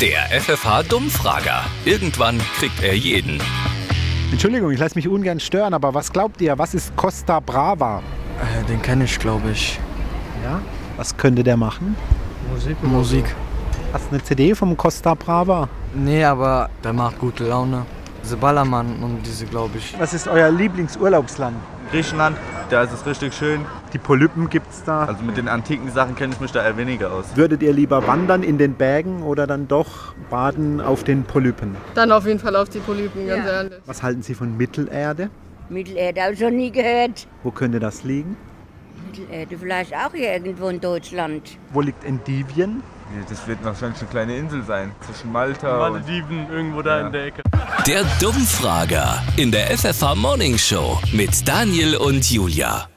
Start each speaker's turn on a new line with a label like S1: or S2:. S1: Der FFH-Dummfrager. Irgendwann kriegt er jeden.
S2: Entschuldigung, ich lasse mich ungern stören, aber was glaubt ihr, was ist Costa Brava?
S3: Äh, Den kenne ich, glaube ich.
S2: Ja? Was könnte der machen?
S3: Musik.
S2: Hast du eine CD vom Costa Brava?
S3: Nee, aber der macht gute Laune. Diese Ballermann und diese, glaube ich.
S2: Was ist euer Lieblingsurlaubsland?
S4: Griechenland, da ist es richtig schön.
S2: Die Polypen gibt's da.
S4: Also mit den antiken Sachen kenne ich mich da eher weniger aus.
S2: Würdet ihr lieber wandern in den Bergen oder dann doch baden auf den Polypen?
S5: Dann auf jeden Fall auf die Polypen, ganz ehrlich.
S2: Was halten Sie von Mittelerde?
S6: Mittelerde habe ich schon nie gehört.
S2: Wo könnte das liegen?
S6: Mittelerde vielleicht auch hier irgendwo in Deutschland.
S2: Wo liegt Endivien?
S4: Nee, das wird wahrscheinlich eine kleine Insel sein. Zwischen Malta und
S7: Malediven, irgendwo da in der Ecke.
S1: Der Dummfrager in der FFH Morning Show mit Daniel und Julia.